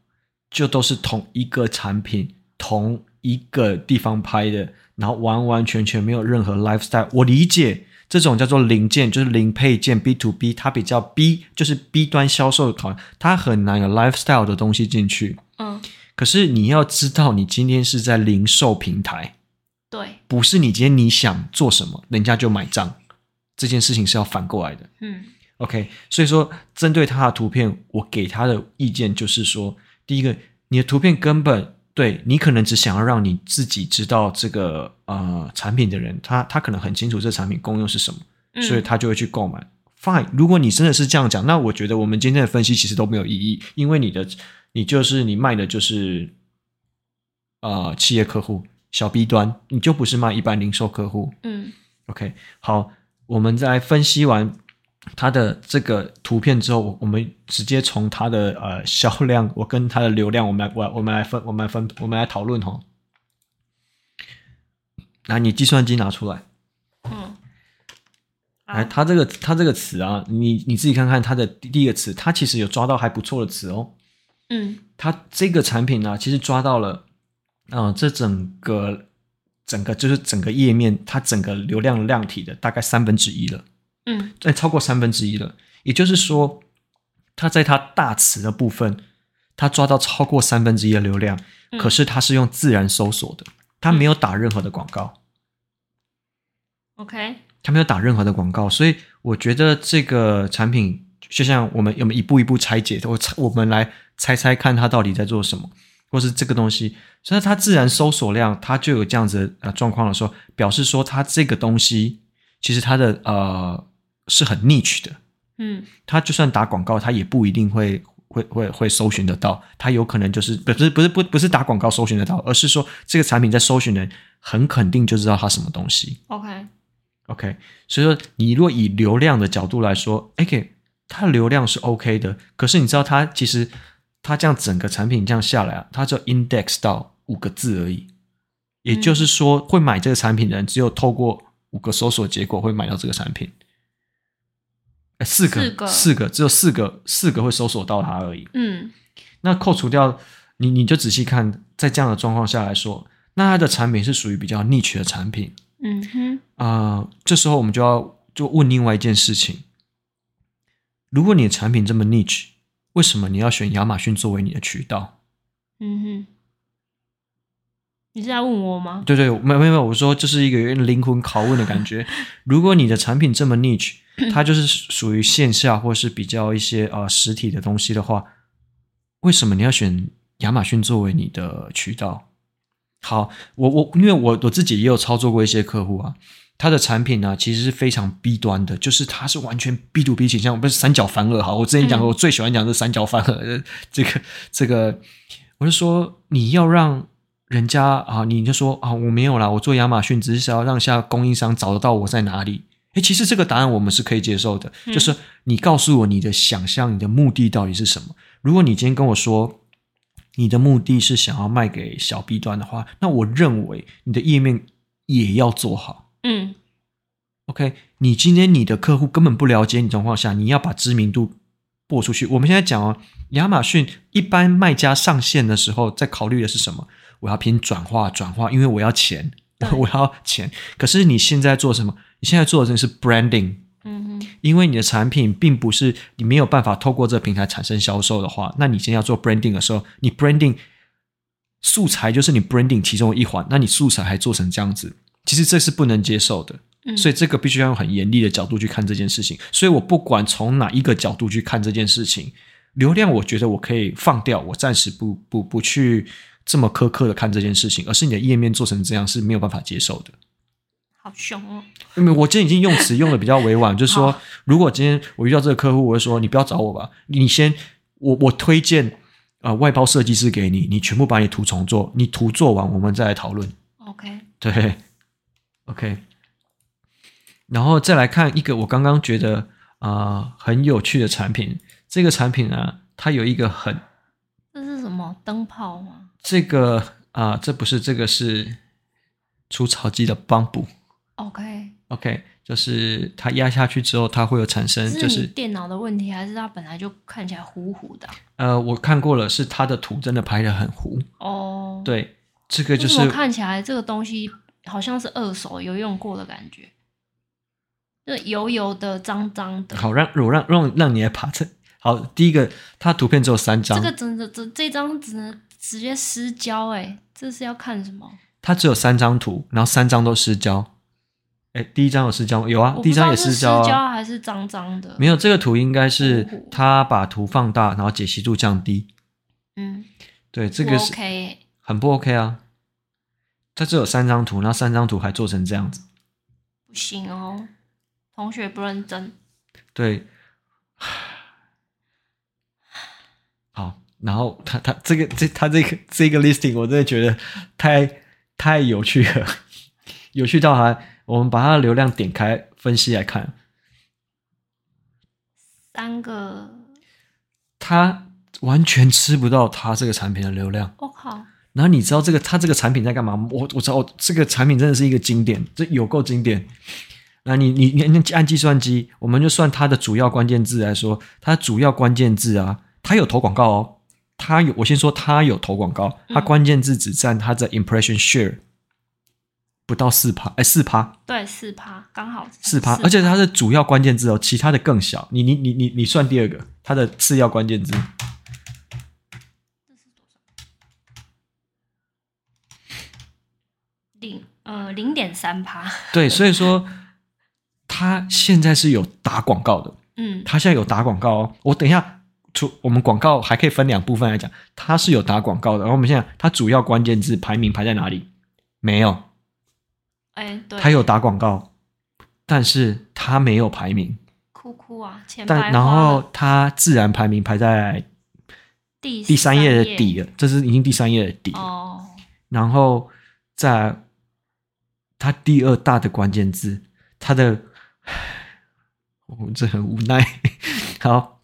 Speaker 1: 就都是同一个产品、同一个地方拍的，然后完完全全没有任何 lifestyle。我理解这种叫做零件，就是零配件 B to B，它比较 B 就是 B 端销售考量，它很难有 lifestyle 的东西进去。
Speaker 2: 嗯，
Speaker 1: 可是你要知道，你今天是在零售平台，
Speaker 2: 对，
Speaker 1: 不是你今天你想做什么，人家就买账。这件事情是要反过来的。
Speaker 2: 嗯
Speaker 1: OK，所以说针对他的图片，我给他的意见就是说，第一个，你的图片根本对你可能只想要让你自己知道这个呃产品的人，他他可能很清楚这产品功用是什么，
Speaker 2: 嗯，
Speaker 1: 所以他就会去购买。Fine，如果你真的是这样讲，那我觉得我们今天的分析其实都没有意义，因为你的你就是你卖的就是呃企业客户小 B 端，你就不是卖一般零售客户。
Speaker 2: 嗯
Speaker 1: OK，好，我们在分析完它的这个图片之后，我我们直接从它的呃销量，我跟它的流量，我们来我我们来分，我们来分，我们来讨论哈。来，你计算机拿出来。
Speaker 2: 嗯，
Speaker 1: 来，
Speaker 2: 好
Speaker 1: 它哎这个它这个词啊，你你自己看看它的第一个词，它其实有抓到还不错的词哦。
Speaker 2: 嗯
Speaker 1: 它这个产品呢、其实抓到了，嗯、这整个整个就是整个页面，它整个流量量体的大概三分之一了。
Speaker 2: 嗯
Speaker 1: 哎，超过三分之一了。也就是说，他在他大词的部分，他抓到超过三分之一的流量，
Speaker 2: 嗯
Speaker 1: 可是他是用自然搜索的，他没有打任何的广告，
Speaker 2: ，OK，
Speaker 1: 他没有打任何的广告，所以我觉得这个产品就像我们我们一步一步拆解，我猜我们来猜猜看他到底在做什么。或是这个东西，所以它自然搜索量它就有这样子的呃状况的时候，表示说它这个东西其实它的呃是很 niche 的，
Speaker 2: 嗯
Speaker 1: 他就算打广告，他也不一定会会会会搜寻得到，他有可能就是不是不是不不是打广告搜寻得到，而是说这个产品在搜寻人很肯定就知道它什么东西。
Speaker 2: ，OK，
Speaker 1: OK，所以说你若以流量的角度来说，OK，它的流量是 OK 的，可是你知道它其实它这样整个产品这样下来啊，它只有 index 到五个字而已，也
Speaker 2: 嗯
Speaker 1: 就是说会买这个产品的人只有透过五个搜索结果会买到这个产品。哎四个
Speaker 2: 四个
Speaker 1: 四个只有四个四个会搜索到它而已。
Speaker 2: 嗯，
Speaker 1: 那扣除掉你，你就仔细看，在这样的状况下来说，那它的产品是属于比较 niche 的产品
Speaker 2: 嗯哼，
Speaker 1: 啊、这时候我们就要就问另外一件事情：如果你的产品这么 niche，为什么你要选亚马逊作为你的渠道？
Speaker 2: 嗯哼，你是在问我吗？
Speaker 1: 对对，没有没有没有，我说这是一个有点灵魂拷问的感觉。如果你的产品这么 niche，它就是属于线下或是比较一些呃实体的东西的话，为什么你要选亚马逊作为你的渠道？好，我我因为我我自己也有操作过一些客户啊，他的产品呢、其实是非常 B 端的，就是它是完全 B to B 倾向，不是三角反饵。好，我之前讲过，
Speaker 2: 嗯
Speaker 1: 我最喜欢讲的是三角反饵，呃这个这个，我是说你要让人家啊，你就说啊，我没有啦，我做亚马逊只是想要让下供应商找得到我在哪里。诶，其实这个答案我们是可以接受的，
Speaker 2: 嗯
Speaker 1: 就是你告诉我你的想象，你的目的到底是什么。如果你今天跟我说你的目的是想要卖给小 B 端的话，那我认为你的页面也要做好。
Speaker 2: 嗯
Speaker 1: OK，你今天你的客户根本不了解你的状况下，你要把知名度播出去。我们现在讲哦，亚马逊一般卖家上线的时候，在考虑的是什么？我要拼转化，转化，因为我要钱，
Speaker 2: 对
Speaker 1: 我要钱。可是你现在做什么？你现在做的是 branding，
Speaker 2: 嗯哼，
Speaker 1: 因为你的产品并不是你没有办法透过这个平台产生销售的话，那你今天要做 branding 的时候，你 branding 素材就是你 branding 其中的一环，那你素材还做成这样子，其实这是不能接受的。
Speaker 2: 嗯，
Speaker 1: 所以
Speaker 2: 以
Speaker 1: 这个必须要用很严厉的角度去看这件事情。所以我不管从哪一个角度去看这件事情，流量我觉得我可以放掉，我暂时不不不去这么苛刻的看这件事情，而是你的页面做成这样是没有办法接受的。
Speaker 2: 好凶哦，
Speaker 1: 因为我今天已经用词用的比较委婉，就是说
Speaker 2: 好，
Speaker 1: 如果今天我遇到这个客户，我会说你不要找我吧，你先我我推荐啊、呃外包设计师给你，你全部把你图重做，你图做完我们再来讨论。
Speaker 2: OK，
Speaker 1: 对，OK，然后再来看一个我刚刚觉得啊、呃很有趣的产品，这个产品呢，它有一个很
Speaker 2: 这是什么灯泡吗？
Speaker 1: 这个啊、这不是这个是除草机的帮补
Speaker 2: OK，
Speaker 1: ，OK，就是它压下去之后，它会有产生嗯就
Speaker 2: 这是
Speaker 1: 是。
Speaker 2: 你电脑的问题，还是它本来就看起来糊糊的啊？
Speaker 1: 呃，我看过了，是它的图真的拍的很糊。
Speaker 2: 哦，，
Speaker 1: 对，这个就
Speaker 2: 为什
Speaker 1: 是
Speaker 2: 么看起来这个东西好像是二手有用过的感觉，就油油的、脏脏的。
Speaker 1: 好让我让让让你来爬这。好，第一个，它图片只有三张，
Speaker 2: 这个真的这这张只能直接失焦哎、这是要看什么？
Speaker 1: 它只有三张图，然后三张都失焦。哎，第一张有失焦吗，有啊
Speaker 2: 我，不
Speaker 1: 第一
Speaker 2: 知
Speaker 1: 张
Speaker 2: 道
Speaker 1: 也
Speaker 2: 是
Speaker 1: 失
Speaker 2: 失
Speaker 1: 焦啊。
Speaker 2: 焦还是脏脏的。
Speaker 1: 没有，这个图应该是
Speaker 2: 糊糊
Speaker 1: 它把图放大，然后解析度降低。
Speaker 2: 嗯，
Speaker 1: 对，这个
Speaker 2: 不
Speaker 1: 是
Speaker 2: OK，欸
Speaker 1: 很不 OK 啊。它只有三张图，然后三张图还做成这样子。
Speaker 2: 不行哦，同学不认真。
Speaker 1: 对， 好，然后他他这个这他这个这个 listing 我真的觉得太太有趣了， 有趣到还我们把它的流量点开分析来看，
Speaker 2: 三个，
Speaker 1: 它完全吃不到它这个产品的流量。
Speaker 2: 我、靠，
Speaker 1: 然后你知道这个它这个产品在干嘛吗？我我知道这个产品真的是一个经典，这有够经典。那你你你你按计算机，我们就算它的主要关键字来说，它主要关键字啊，它有投广告哦，它有我先说它有投广告，它
Speaker 2: 嗯
Speaker 1: 关键字只占它的 impression share 不到四趴，哎四趴
Speaker 2: 对，四趴，刚好
Speaker 1: 四趴，而且它的主要关键字哦，其他的更小。你你你你你算第二个，它的次要关键字
Speaker 2: 零呃零点三趴，
Speaker 1: 对，所以说它现在是有打广告的。
Speaker 2: 嗯
Speaker 1: 他现在有打广告哦。我等一下，除我们广告还可以分两部分来讲，它是有打广告的。然后我们现在它主要关键字排名排在哪里？没有，
Speaker 2: 哎、对，
Speaker 1: 它有打广告，但是它没有排名。
Speaker 2: 哭哭啊，前
Speaker 1: 但
Speaker 2: 排
Speaker 1: 然
Speaker 2: 花
Speaker 1: 后
Speaker 2: 了
Speaker 1: 它自然排名排在
Speaker 2: 第
Speaker 1: 第
Speaker 2: 三
Speaker 1: 三页的底了，这是已经第三页的底了。
Speaker 2: 哦，
Speaker 1: 然后在它第二大的关键字，它的 我这很无奈。 好，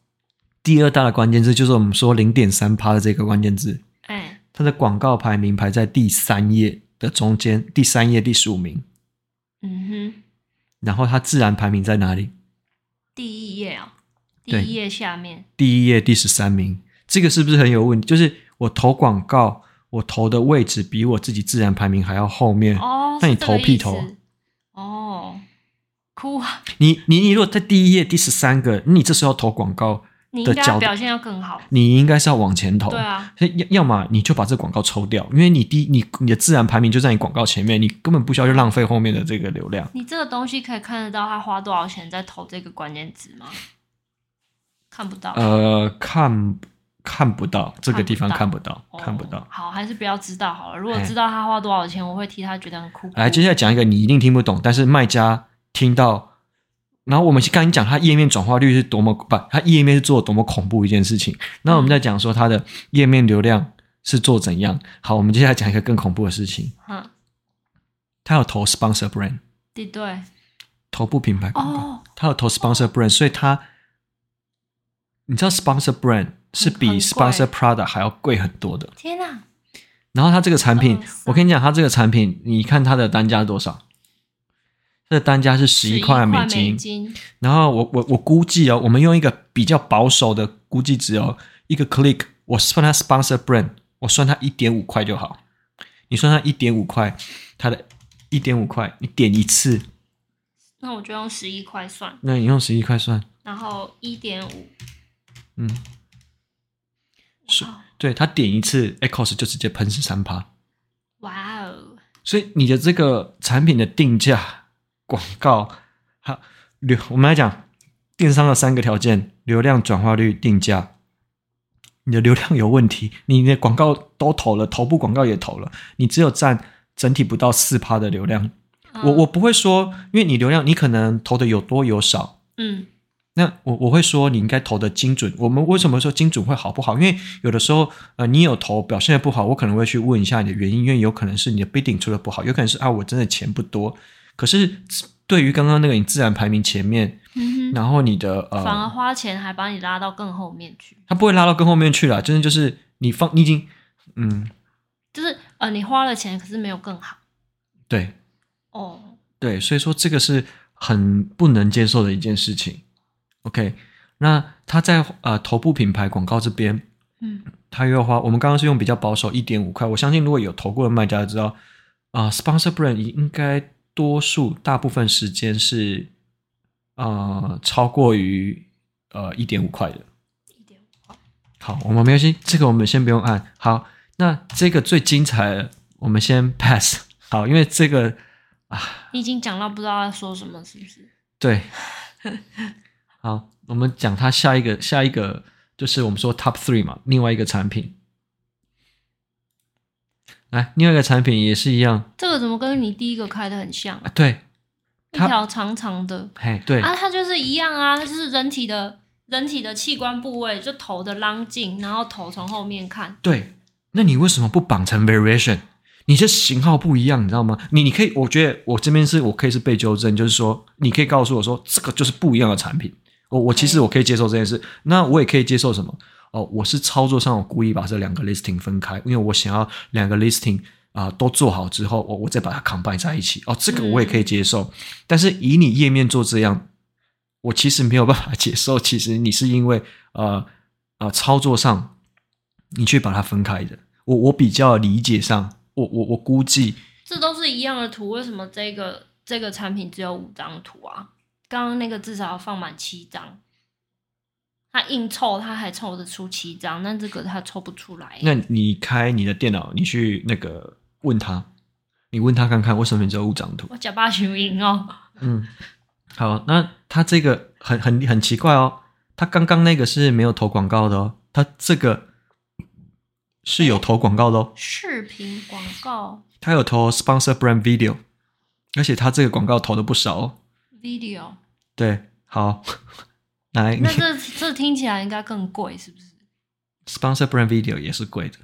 Speaker 1: 第二大的关键字就是我们说零点三趴的这个关键字，
Speaker 2: 哎、
Speaker 1: 它的广告排名排在第三页的中间，第三页第十五名。
Speaker 2: 嗯哼，
Speaker 1: 然后它自然排名在哪里？
Speaker 2: 第一一页啊，第
Speaker 1: 对
Speaker 2: 一页下面，
Speaker 1: 第一页第十三名，这个是不是很有问题？就是我投广告，我投的位置比我自己自然排名还要后面。
Speaker 2: 哦，
Speaker 1: 嗯那
Speaker 2: 是
Speaker 1: 你
Speaker 2: 这
Speaker 1: 投
Speaker 2: 个
Speaker 1: 屁
Speaker 2: 意
Speaker 1: 投啊
Speaker 2: 思哦，哭啊！
Speaker 1: 你你你如果在第一页第十三个，你这时候投广告，
Speaker 2: 你
Speaker 1: 的哦
Speaker 2: 应该
Speaker 1: 角
Speaker 2: 要
Speaker 1: 度
Speaker 2: 表现要更好。
Speaker 1: 你应该是要往前投。
Speaker 2: 对啊，
Speaker 1: 所以要要么你就把这广告抽掉，因为你第你你的自然排名就在你广告前面，你根本不需要去浪费后面的这个流量。
Speaker 2: 你这个东西可以看得到他花多少钱在投这个关键字吗？看不到，
Speaker 1: 呃，看看不到这个地方看
Speaker 2: 看
Speaker 1: 不到，
Speaker 2: 哦
Speaker 1: 看不到。
Speaker 2: 好，还是不要知道好了。如果
Speaker 1: 哎
Speaker 2: 知道他花多少钱，我会替他觉得很酷。
Speaker 1: 来，接下来讲一个你一定听不懂，但是卖家听到，然后我们刚刚讲它页面转化率是多么不，它页面是做多么恐怖一件事情。那我们再讲说它的页面流量是做怎样。好，我们接下来讲一个更恐怖的事情，
Speaker 2: 嗯，
Speaker 1: 它有投 sponsor brand，
Speaker 2: 对对，
Speaker 1: 头部品牌广告，
Speaker 2: 哦，
Speaker 1: 它有投 sponsor brand，所以它，你知道 sponsor brand 是比
Speaker 2: 很贵
Speaker 1: sponsor product 还要贵很多的。
Speaker 2: 天哪，
Speaker 1: 然后它这个产品
Speaker 2: 二三，
Speaker 1: 我跟你讲，它这个产品，你看它的单价多少？它的单价是十一
Speaker 2: 11
Speaker 1: 块
Speaker 2: 美
Speaker 1: 美金，然后我我我估计哦，我们用一个比较保守的估计值哦，一个 click，我算它 sponsor brand，我算它一点五块就好。你算它一点五块，它的一点五块，你点一次，
Speaker 2: 那我就用十一块算，
Speaker 1: 那你用十一块算，
Speaker 2: 然后一点五，
Speaker 1: 嗯，是
Speaker 2: 哇
Speaker 1: 对，它点一次 Ecos 就直接喷十三趴，
Speaker 2: 哇哦，
Speaker 1: 所以你的这个产品的定价、 广告，好流，我们来讲电商的三个条件：流量、转化率、定价。你的流量有问题，你的广告都投了，头部广告也投了，你只有占整体不到四趴的流量。我
Speaker 2: 嗯
Speaker 1: 我不会说，因为你流量你可能投的有多有少，
Speaker 2: 嗯
Speaker 1: 那我我会说你应该投的精准。我们为什么说精准会好不好？因为有的时候，呃，你有投表现的不好，我可能会去问一下你的原因，因为有可能是你的 bidding 出的不好，有可能是啊我真的钱不多。可是对于刚刚那个你自然排名前面，
Speaker 2: 嗯哼，
Speaker 1: 然后你的呃，
Speaker 2: 反而花钱还把你拉到更后面去，
Speaker 1: 它不会拉到更后面去了，真的就是你放你已经嗯
Speaker 2: 就是呃，你花了钱，可是没有更好
Speaker 1: 对
Speaker 2: 哦。
Speaker 1: 对，所以说这个是很不能接受的一件事情。OK，那他在呃头部品牌广告这边，
Speaker 2: 嗯，
Speaker 1: 他又要花，我们刚刚是用比较保守一点五块，我相信如果有投过的卖家就知道，啊、s p o n s o r brand 应该多数大部分时间是，呃，超过于呃一点五块的。
Speaker 2: 一点五
Speaker 1: 好，我们没关系，这个我们先不用按。好，那这个最精彩的，我们先 pass。好，因为这个
Speaker 2: 你已经讲到不知道要说什么，是不是？
Speaker 1: 对，好，我们讲它下一个，下一个就是我们说 top three 嘛，另外一个产品。来，另外一个产品也是一样，
Speaker 2: 这个怎么跟你第一个开的很像
Speaker 1: 啊，？对，
Speaker 2: 一
Speaker 1: 它
Speaker 2: 条长长的
Speaker 1: 嘿，对，
Speaker 2: 啊，它就是一样啊，它就是人体的人体的器官部位，就头的浪径，然后头从后面看。
Speaker 1: 对，那你为什么不绑成 variation？你这型号不一样，你知道吗？你你可以，我觉得我这边是我可以是被纠正，就是说你可以告诉我说这个就是不一样的产品。我我其实我可以接受这件事，那我也可以接受什么？哦，我是操作上我故意把这两个 listing 分开，因为我想要两个 listing 啊、都做好之后，我我再把它 combine 在一起。哦，这个我也可以接受，但是以你页面做这样，我其实没有办法接受。 其实你是因为呃呃操作上，你去把它分开的。我我比较理解上，我我我估计
Speaker 2: 这都是一样的图，为什么这个这个产品只有五张图啊？刚刚那个至少要放满七张，它硬凑它还凑得出七张，但这个它凑不出来。
Speaker 1: 那你开你的电脑，你去那个问他，你问他看看为什么你只有五张图？
Speaker 2: 我假巴雄赢哦，
Speaker 1: 嗯，好，那他这个很很很奇怪哦，他刚刚那个是没有投广告的哦，他这个是有投广告的哦，
Speaker 2: 视频广告
Speaker 1: 他有投 sponsor brand video，而且他这个广告投的不少哦。
Speaker 2: video，
Speaker 1: 对，好， 来，你
Speaker 2: 那这这听起来应该更贵，是不是？
Speaker 1: sponsor brand video 也是贵的。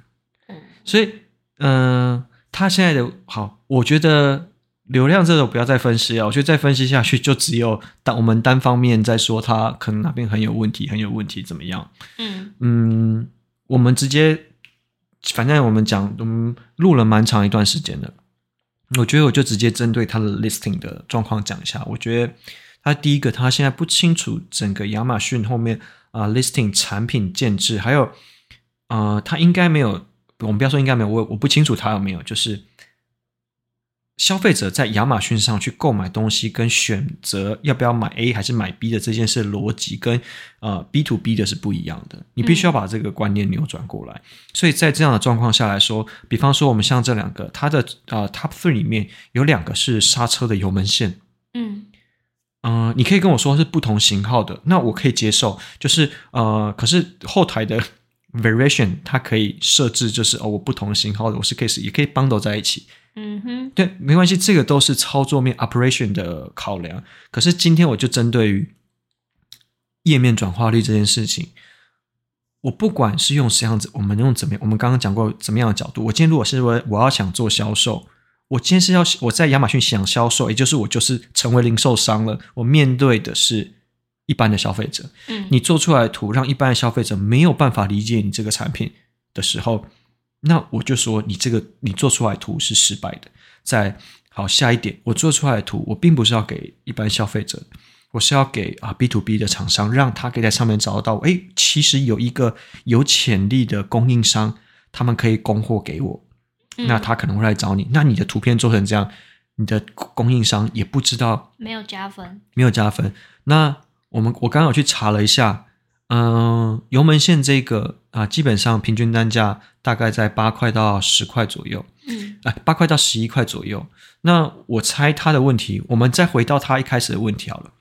Speaker 2: 嗯，
Speaker 1: 所以，嗯、他现在的好，我觉得流量这种不要再分析啊，我觉得再分析下去就只有单我们单方面在说他可能哪边很有问题，很有问题怎么样？
Speaker 2: 嗯，
Speaker 1: 嗯，我们直接，反正我们讲，我们录了蛮长一段时间的，我觉得我就直接针对他的 listing 的状况讲一下。我觉得它第一个，它现在不清楚整个亚马逊后面啊、呃 listing 产品建制，还有呃，它应该没有，我们不要说应该没有，我我不清楚它有没有，就是消费者在亚马逊上去购买东西跟选择要不要买 A 还是买 B 的这件事逻辑跟呃 B to B 的是不一样的，你必须要把这个观念扭转过来。所以在这样的状况下来说，比方说我们像这两个，它的呃 top three 里面有两个是刹车的油门线，
Speaker 2: 嗯
Speaker 1: 嗯、你可以跟我说是不同型号的，那我可以接受。就是呃，可是后台的 variation 它可以设置，就是哦，我不同型号的，我是可以使也可以 bundle 在一起。
Speaker 2: 嗯哼，
Speaker 1: 对，没关系，这个都是操作面 operation 的考量。可是今天我就针对于页面转化率这件事情，我不管是用什么样子，我们用怎么样，我们刚刚讲过怎么样的角度。我今天如果是我我要想做销售，我今天是要我在亚马逊想销售，也就是我就是成为零售商了，我面对的是一般的消费者。
Speaker 2: 嗯，
Speaker 1: 你做出来的图让一般的消费者没有办法理解你这个产品的时候，那我就说你这个你做出来的图是失败的。再好下一点，我做出来的图我并不是要给一般消费者，我是要给啊 B to B 的厂商，让他可以在上面找得到，诶，其实有一个有潜力的供应商，他们可以供货给我，
Speaker 2: 嗯
Speaker 1: 那他可能会来找你。那你的图片做成这样，你的供应商也不知道
Speaker 2: 没有加分，
Speaker 1: 没有加分。那我们我刚刚有去查了一下，嗯、油门线这个啊、基本上平均单价大概在八块到十块左右，
Speaker 2: 嗯
Speaker 1: 哎、八块到十一块左右。那我猜他的问题，我们再回到他一开始的问题好了，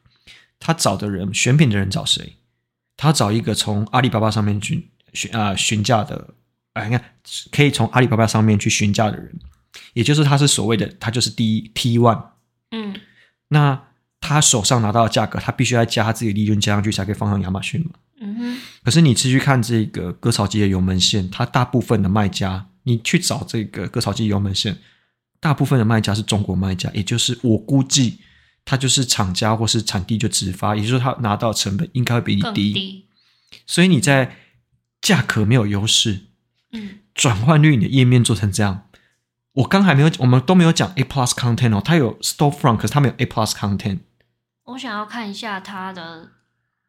Speaker 1: 他找的人选品的人找谁？他找一个从阿里巴巴上面去询啊、询价的，啊、你看可以从阿里巴巴上面去询价的人，也就是他是所谓的他就是第一 T one。
Speaker 2: 嗯
Speaker 1: 那他手上拿到的价格，他必须要加他自己的利润加上去，才可以放上亚马逊嘛。
Speaker 2: 嗯哼，
Speaker 1: 可是你持续看这个割草机的油门线，它大部分的卖家，你去找这个割草机油门线，大部分的卖家是中国卖家，也就是我估计他就是厂家或是产地就直发，也就是他拿到的成本应该会比你
Speaker 2: 更
Speaker 1: 低，
Speaker 2: 低，
Speaker 1: 所以你在价格没有优势，
Speaker 2: 嗯
Speaker 1: 转换率你的页面做成这样。我刚还没有，我们都没有讲 A plus content 哦，它有 storefront，可是它没有 A plus content。
Speaker 2: 我想要看一下它的，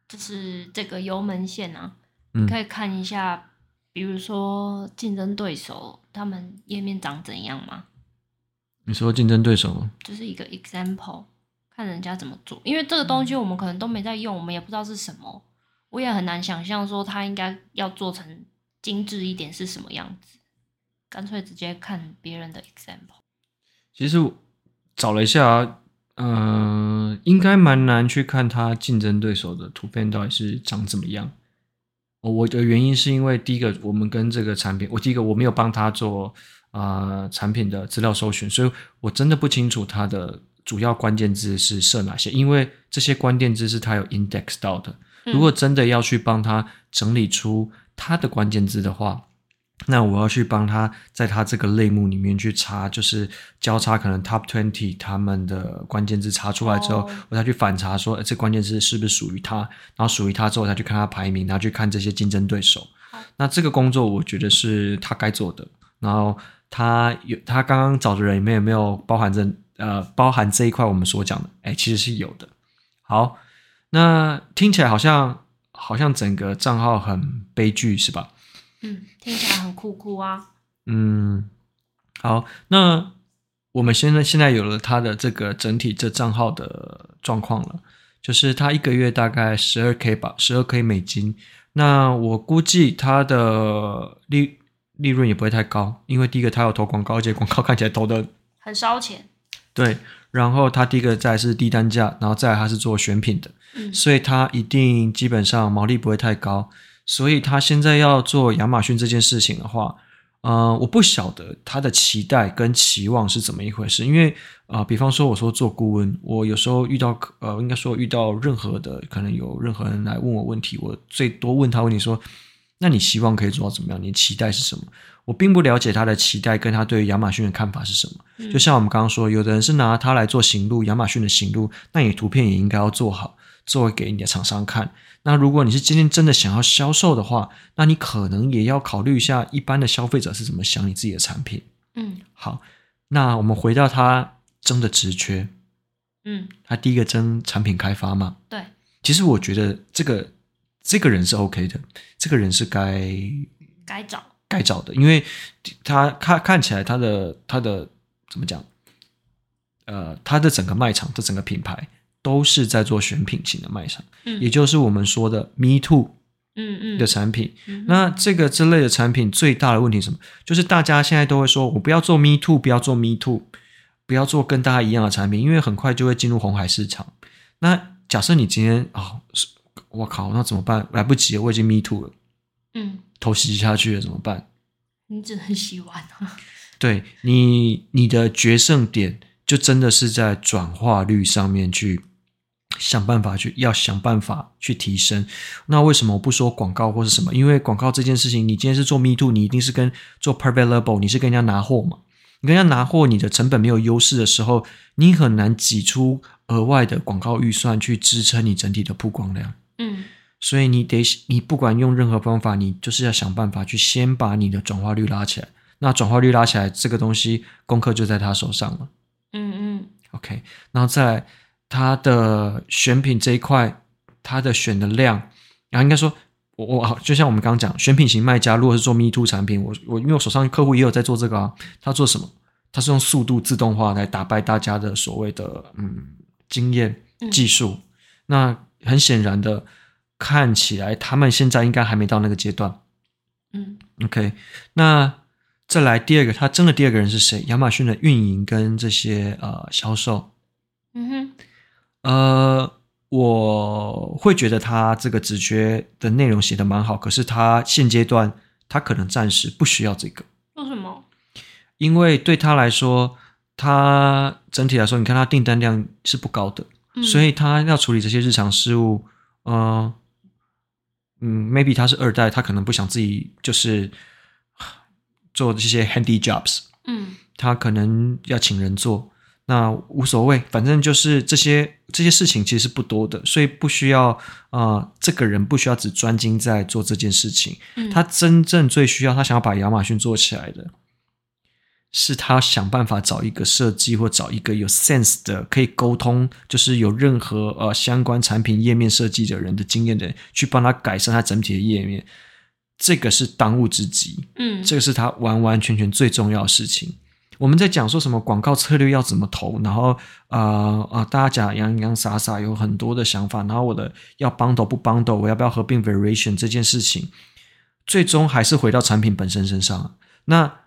Speaker 2: 就是这个油门线啊，
Speaker 1: 嗯
Speaker 2: 你可以看一下，比如说竞争对手他们页面长怎样吗？
Speaker 1: 你说竞争对手吗？
Speaker 2: 就是一个 example，看人家怎么做，因为这个东西我们可能都没在用，我们也不知道是什么，我也很难想象说它应该要做成精致一点是什么样子，干脆直接看别人的 example。
Speaker 1: 其实我找了一下，啊呃，应该蛮难去看他竞争对手的图片到底是长怎么样。哦我的原因是因为第一个，我们跟这个产品，我第一个我没有帮他做呃产品的资料搜寻，所以我真的不清楚它的主要关键字是设哪些，因为这些关键字是它有 index 到的。
Speaker 2: 嗯
Speaker 1: 如果真的要去帮他整理出他的关键字的话，那我要去帮他在他这个类目里面去查，就是交叉可能 top twenty 他们的关键字查出来之后，
Speaker 2: 哦
Speaker 1: 我再去反查说、呃这关键字是不是属于他，然后属于他之后再去看他排名，然后去看这些竞争对手
Speaker 2: 好。
Speaker 1: 那这个工作我觉得是他该做的，然后他有他刚刚找的人里面有没有包含这呃包含这一块我们所讲的？哎，其实是有的。好，那听起来好像好像整个账号很悲剧是吧？
Speaker 2: 嗯，听起来很酷酷啊。
Speaker 1: 嗯，好，那我们现在现在有了他的这个整体这账号的状况了，就是他一个月大概十二 k 吧，十二 k 美金。那我估计他的利利润也不会太高，因为第一个他有投广告，而且广告看起来投的
Speaker 2: 很烧钱。
Speaker 1: 对，然后他第一个再来是低单价，然后再来他是做选品的，
Speaker 2: 嗯
Speaker 1: 所以他一定基本上毛利不会太高，所以他现在要做亚马逊这件事情的话，呃，我不晓得他的期待跟期望是怎么一回事，因为啊、呃比方说我说做顾问，我有时候遇到呃，应该说遇到任何的可能有任何人来问我问题，我最多问他问题说，那你希望可以做到怎么样？你的期待是什么？我并不了解他的期待跟他对于亚马逊的看法是什么。
Speaker 2: 嗯
Speaker 1: 就像我们刚刚说，有的人是拿它来做行路，亚马逊的行路，那你图片也应该要做好，做给你的厂商看。那如果你是今天真的想要销售的话，那你可能也要考虑一下一般的消费者是怎么想你自己的产品。
Speaker 2: 嗯
Speaker 1: 好，那我们回到它真的职缺，
Speaker 2: 嗯，
Speaker 1: 他第一个争产品开发嘛。
Speaker 2: 对，
Speaker 1: 其实我觉得这个这个人是 OK 的，这个人是该
Speaker 2: 该找，
Speaker 1: 该找的，因为他看看起来他的他的怎么讲，呃，他的整个卖场，这整个品牌都是在做选品型的卖场，
Speaker 2: 嗯
Speaker 1: 也就是我们说的 Me Too
Speaker 2: 嗯嗯，
Speaker 1: 的产品。
Speaker 2: 嗯
Speaker 1: 那这个之类的产品最大的问题是什么？就是大家现在都会说，我不要做 Me Too，不要做 Me Too，不要做跟大家一样的产品，因为很快就会进入红海市场。那假设你今天啊，是我、靠，那怎么办？来不及了，我已经 Me Too 了，
Speaker 2: 嗯，
Speaker 1: 头洗下去了，怎么办？
Speaker 2: 你只能洗碗啊，
Speaker 1: 对你，你的决胜点就真的是在转化率上面去想办法去，要想办法去提升。那为什么我不说广告或是什么？因为广告这件事情，你今天是做 Me Too，你一定是跟做 Private Label，你是跟人家拿货嘛？你跟人家拿货，你的成本没有优势的时候，你很难挤出额外的广告预算去支撑你整体的曝光量。
Speaker 2: 嗯
Speaker 1: 所以你得，你不管用任何方法，你就是要想办法去先把你的转化率拉起来。那转化率拉起来，这个东西功课就在他手上了。
Speaker 2: 嗯
Speaker 1: OK，然后再来它的选品这一块，它的选的量，然后应该说，我我好，就像我们刚刚讲，选品型卖家如果是做 Me Too 产品，我我因为我手上客户也有在做这个啊，他做什么？他是用速度自动化来打败大家的所谓的嗯经验
Speaker 2: 嗯
Speaker 1: 技术。那很显然的，看起来他们现在应该还没到那个阶段。
Speaker 2: 嗯嗯
Speaker 1: OK，那再来第二个，他争的第二个人是谁？亚马逊的运营跟这些呃销售，
Speaker 2: 嗯哼，
Speaker 1: 呃，我会觉得他这个直觉的内容写的蛮好，可是他现阶段他可能暂时不需要这个，
Speaker 2: 为什么？
Speaker 1: 因为对他来说，他整体来说，你看他订单量是不高的，
Speaker 2: 嗯
Speaker 1: 所以他要处理这些日常事务，嗯嗯，maybe 他是二代，他可能不想自己就是啊做这些 handy jobs，
Speaker 2: 嗯
Speaker 1: 他可能要请人做，那无所谓，反正就是这些这些事情其实不多的，所以不需要啊、呃这个人不需要只专精在做这件事情，
Speaker 2: 嗯，
Speaker 1: 他真正最需要，他想要把亚马逊做起来的，是他想办法找一个设计或找一个有 sense 的可以沟通，就是有任何呃相关产品页面设计的人的经验的人，去帮他改善他整体的页面，这个是当务之急。
Speaker 2: 嗯
Speaker 1: 这个是他完完全全最重要的事情。我们在讲说什么广告策略要怎么投，然后呃呃，大家讲洋洋洒洒有很多的想法，然后我的要帮斗不帮斗，我要不要合并 variation 这件事情，最终还是回到产品本身身上。那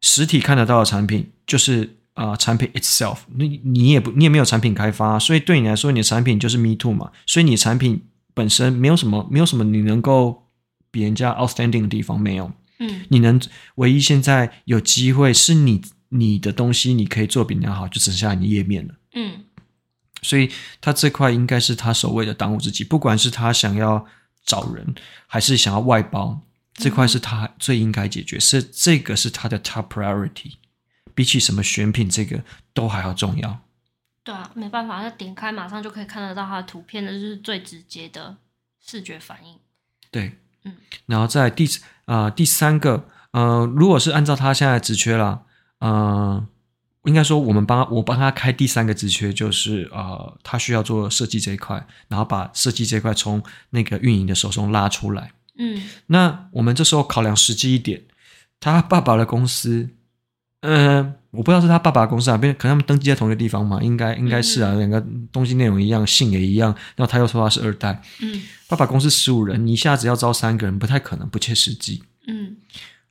Speaker 1: 实体看得到的产品就是啊、呃产品 itself，你你也不你也没有产品开发，所以对你来说，你的产品就是 me too 嘛，所以你的产品本身没有什么没有什么你能够比人家 outstanding 的地方没有。
Speaker 2: 嗯
Speaker 1: 你能唯一现在有机会是你你的东西，你可以做比人家好，就只剩下你页面了。
Speaker 2: 嗯
Speaker 1: 所以他这块应该是他所谓的当务之急，不管是他想要找人，还是想要外包，这块是他最应该解决，是这个是他的 top priority，比起什么选品这个都还要重要。
Speaker 2: 对啊，没办法，那点开马上就可以看得到它的图片，那就是最直接的视觉反应。
Speaker 1: 对，
Speaker 2: 嗯，
Speaker 1: 然后在第啊、第三个，呃，如果是按照他现在的职缺啦，呃，应该说我们帮他我帮他开第三个职缺，就是呃，他需要做设计这一块，然后把设计这一块从那个运营的手中拉出来。
Speaker 2: 嗯
Speaker 1: 那我们这时候考量实际一点，他爸爸的公司，嗯、我不知道是他爸爸的公司啊，变可能他们登记在同一个地方嘛，应该应该是啊，两个东西内容一样，姓也一样，然后他又说他是二代，
Speaker 2: 嗯
Speaker 1: 爸爸公司十五人，你一下子要招三个人，不太可能，不切实际。
Speaker 2: 嗯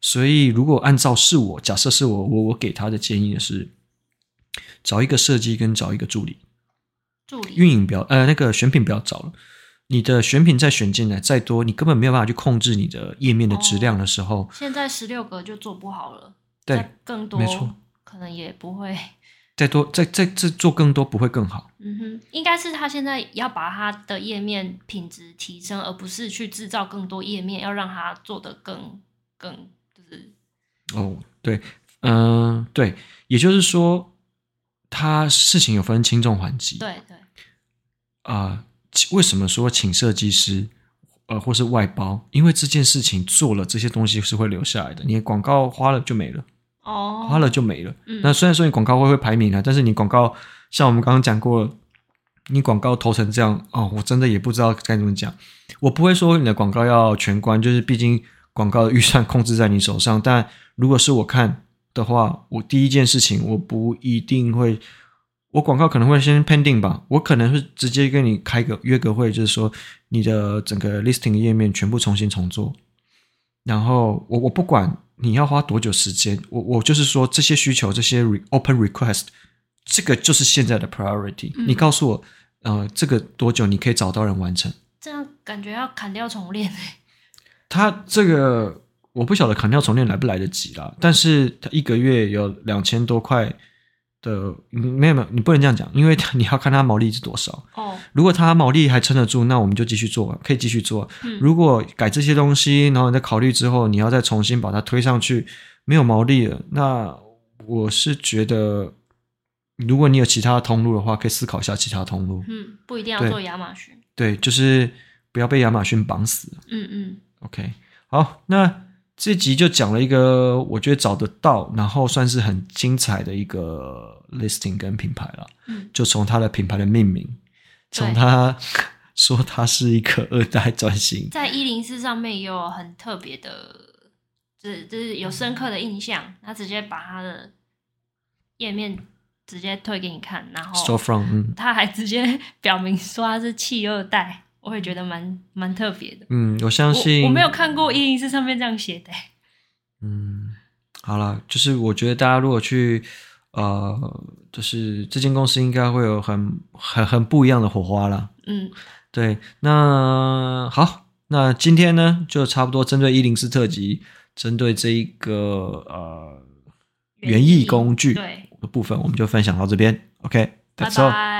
Speaker 1: 所以，如果按照是我，假设是我，我我给他的建议是，找一个设计跟找一个助理，
Speaker 2: 助理。
Speaker 1: 运营不要，呃，那个选品不要找了。你的选品再选进来再多，你根本没有办法去控制你的页面的质量的时候，
Speaker 2: 现在十六格就做不好了，
Speaker 1: 对，
Speaker 2: 再更多
Speaker 1: 没错
Speaker 2: 可能也不会。
Speaker 1: 再多再再再做更多不会更好。
Speaker 2: 嗯哼，应该是他现在要把他的页面品质提升，而不是去制造更多页面，要让它做得更更就是
Speaker 1: 哦，对，嗯、对，也就是说，他事情有分轻重缓急。
Speaker 2: 对对，
Speaker 1: 啊、其为什么说请设计师，呃，或是外包？因为这件事情做了，这些东西是会留下来的。你的广告花了就没了，
Speaker 2: 哦，
Speaker 1: 花了就没了。
Speaker 2: 嗯
Speaker 1: 那虽然说你广告会会排名啊，但是你广告像我们刚刚讲过，你广告投成这样哦，我真的也不知道该怎么讲。我不会说你的广告要全关，就是毕竟广告的预算控制在你手上。但如果是我看的话，我第一件事情我不一定会，我广告可能会先 pending 吧，我可能会直接跟你开个约个会，就是说你的整个 listing 页面全部重新重做。然后我我不管你要花多久时间，我我就是说这些需求，这些 re, open request，这个就是现在的 priority、
Speaker 2: 嗯
Speaker 1: 你告诉我，呃，这个多久你可以找到人完成？
Speaker 2: 这样感觉要砍掉重练、欸。
Speaker 1: 他这个我不晓得砍掉重练来不来得及啦，但是他一个月有两千多块的，嗯没有没有，你不能这样讲，因为他你要看他毛利是多少。
Speaker 2: 哦，
Speaker 1: 如果他毛利还撑得住，那我们就继续做，可以继续做。
Speaker 2: 嗯
Speaker 1: 如果改这些东西，然后你再考虑之后，你要再重新把它推上去，没有毛利了，那我是觉得，如果你有其他通路的话，可以思考一下其他通路。
Speaker 2: 嗯，不一定要
Speaker 1: 对
Speaker 2: 做亚马逊。
Speaker 1: 对，就是不要被亚马逊绑死。
Speaker 2: 嗯嗯，
Speaker 1: OK，好，那这集就讲了一个我觉得找得到，然后算是很精彩的一个 listing 跟品牌了。
Speaker 2: 嗯，
Speaker 1: 就从它的品牌的命名，从
Speaker 2: 对
Speaker 1: 它说它是一个二代转型，
Speaker 2: 在一零四上面也有很特别的，这就是有深刻的印象。他直接把他的页面直接推给你看，然
Speaker 1: s t o r
Speaker 2: 后
Speaker 1: from，嗯
Speaker 2: 他还直接 表明说他是弃二代，我也觉得蛮蛮特别的。
Speaker 1: 嗯，我相信
Speaker 2: 我我没有看过一零四上面这样写的、欸
Speaker 1: 嗯，好了，就是我觉得大家如果去，呃，就是这间公司应该会有很很很不一样的火花啦。
Speaker 2: 嗯，
Speaker 1: 对，那好，那今天呢就差不多针对一零四特辑，针对这一个呃园艺工具
Speaker 2: 对，
Speaker 1: 的部分，我们就分享到这边。OK，that's、
Speaker 2: 拜
Speaker 1: all。
Speaker 2: 拜。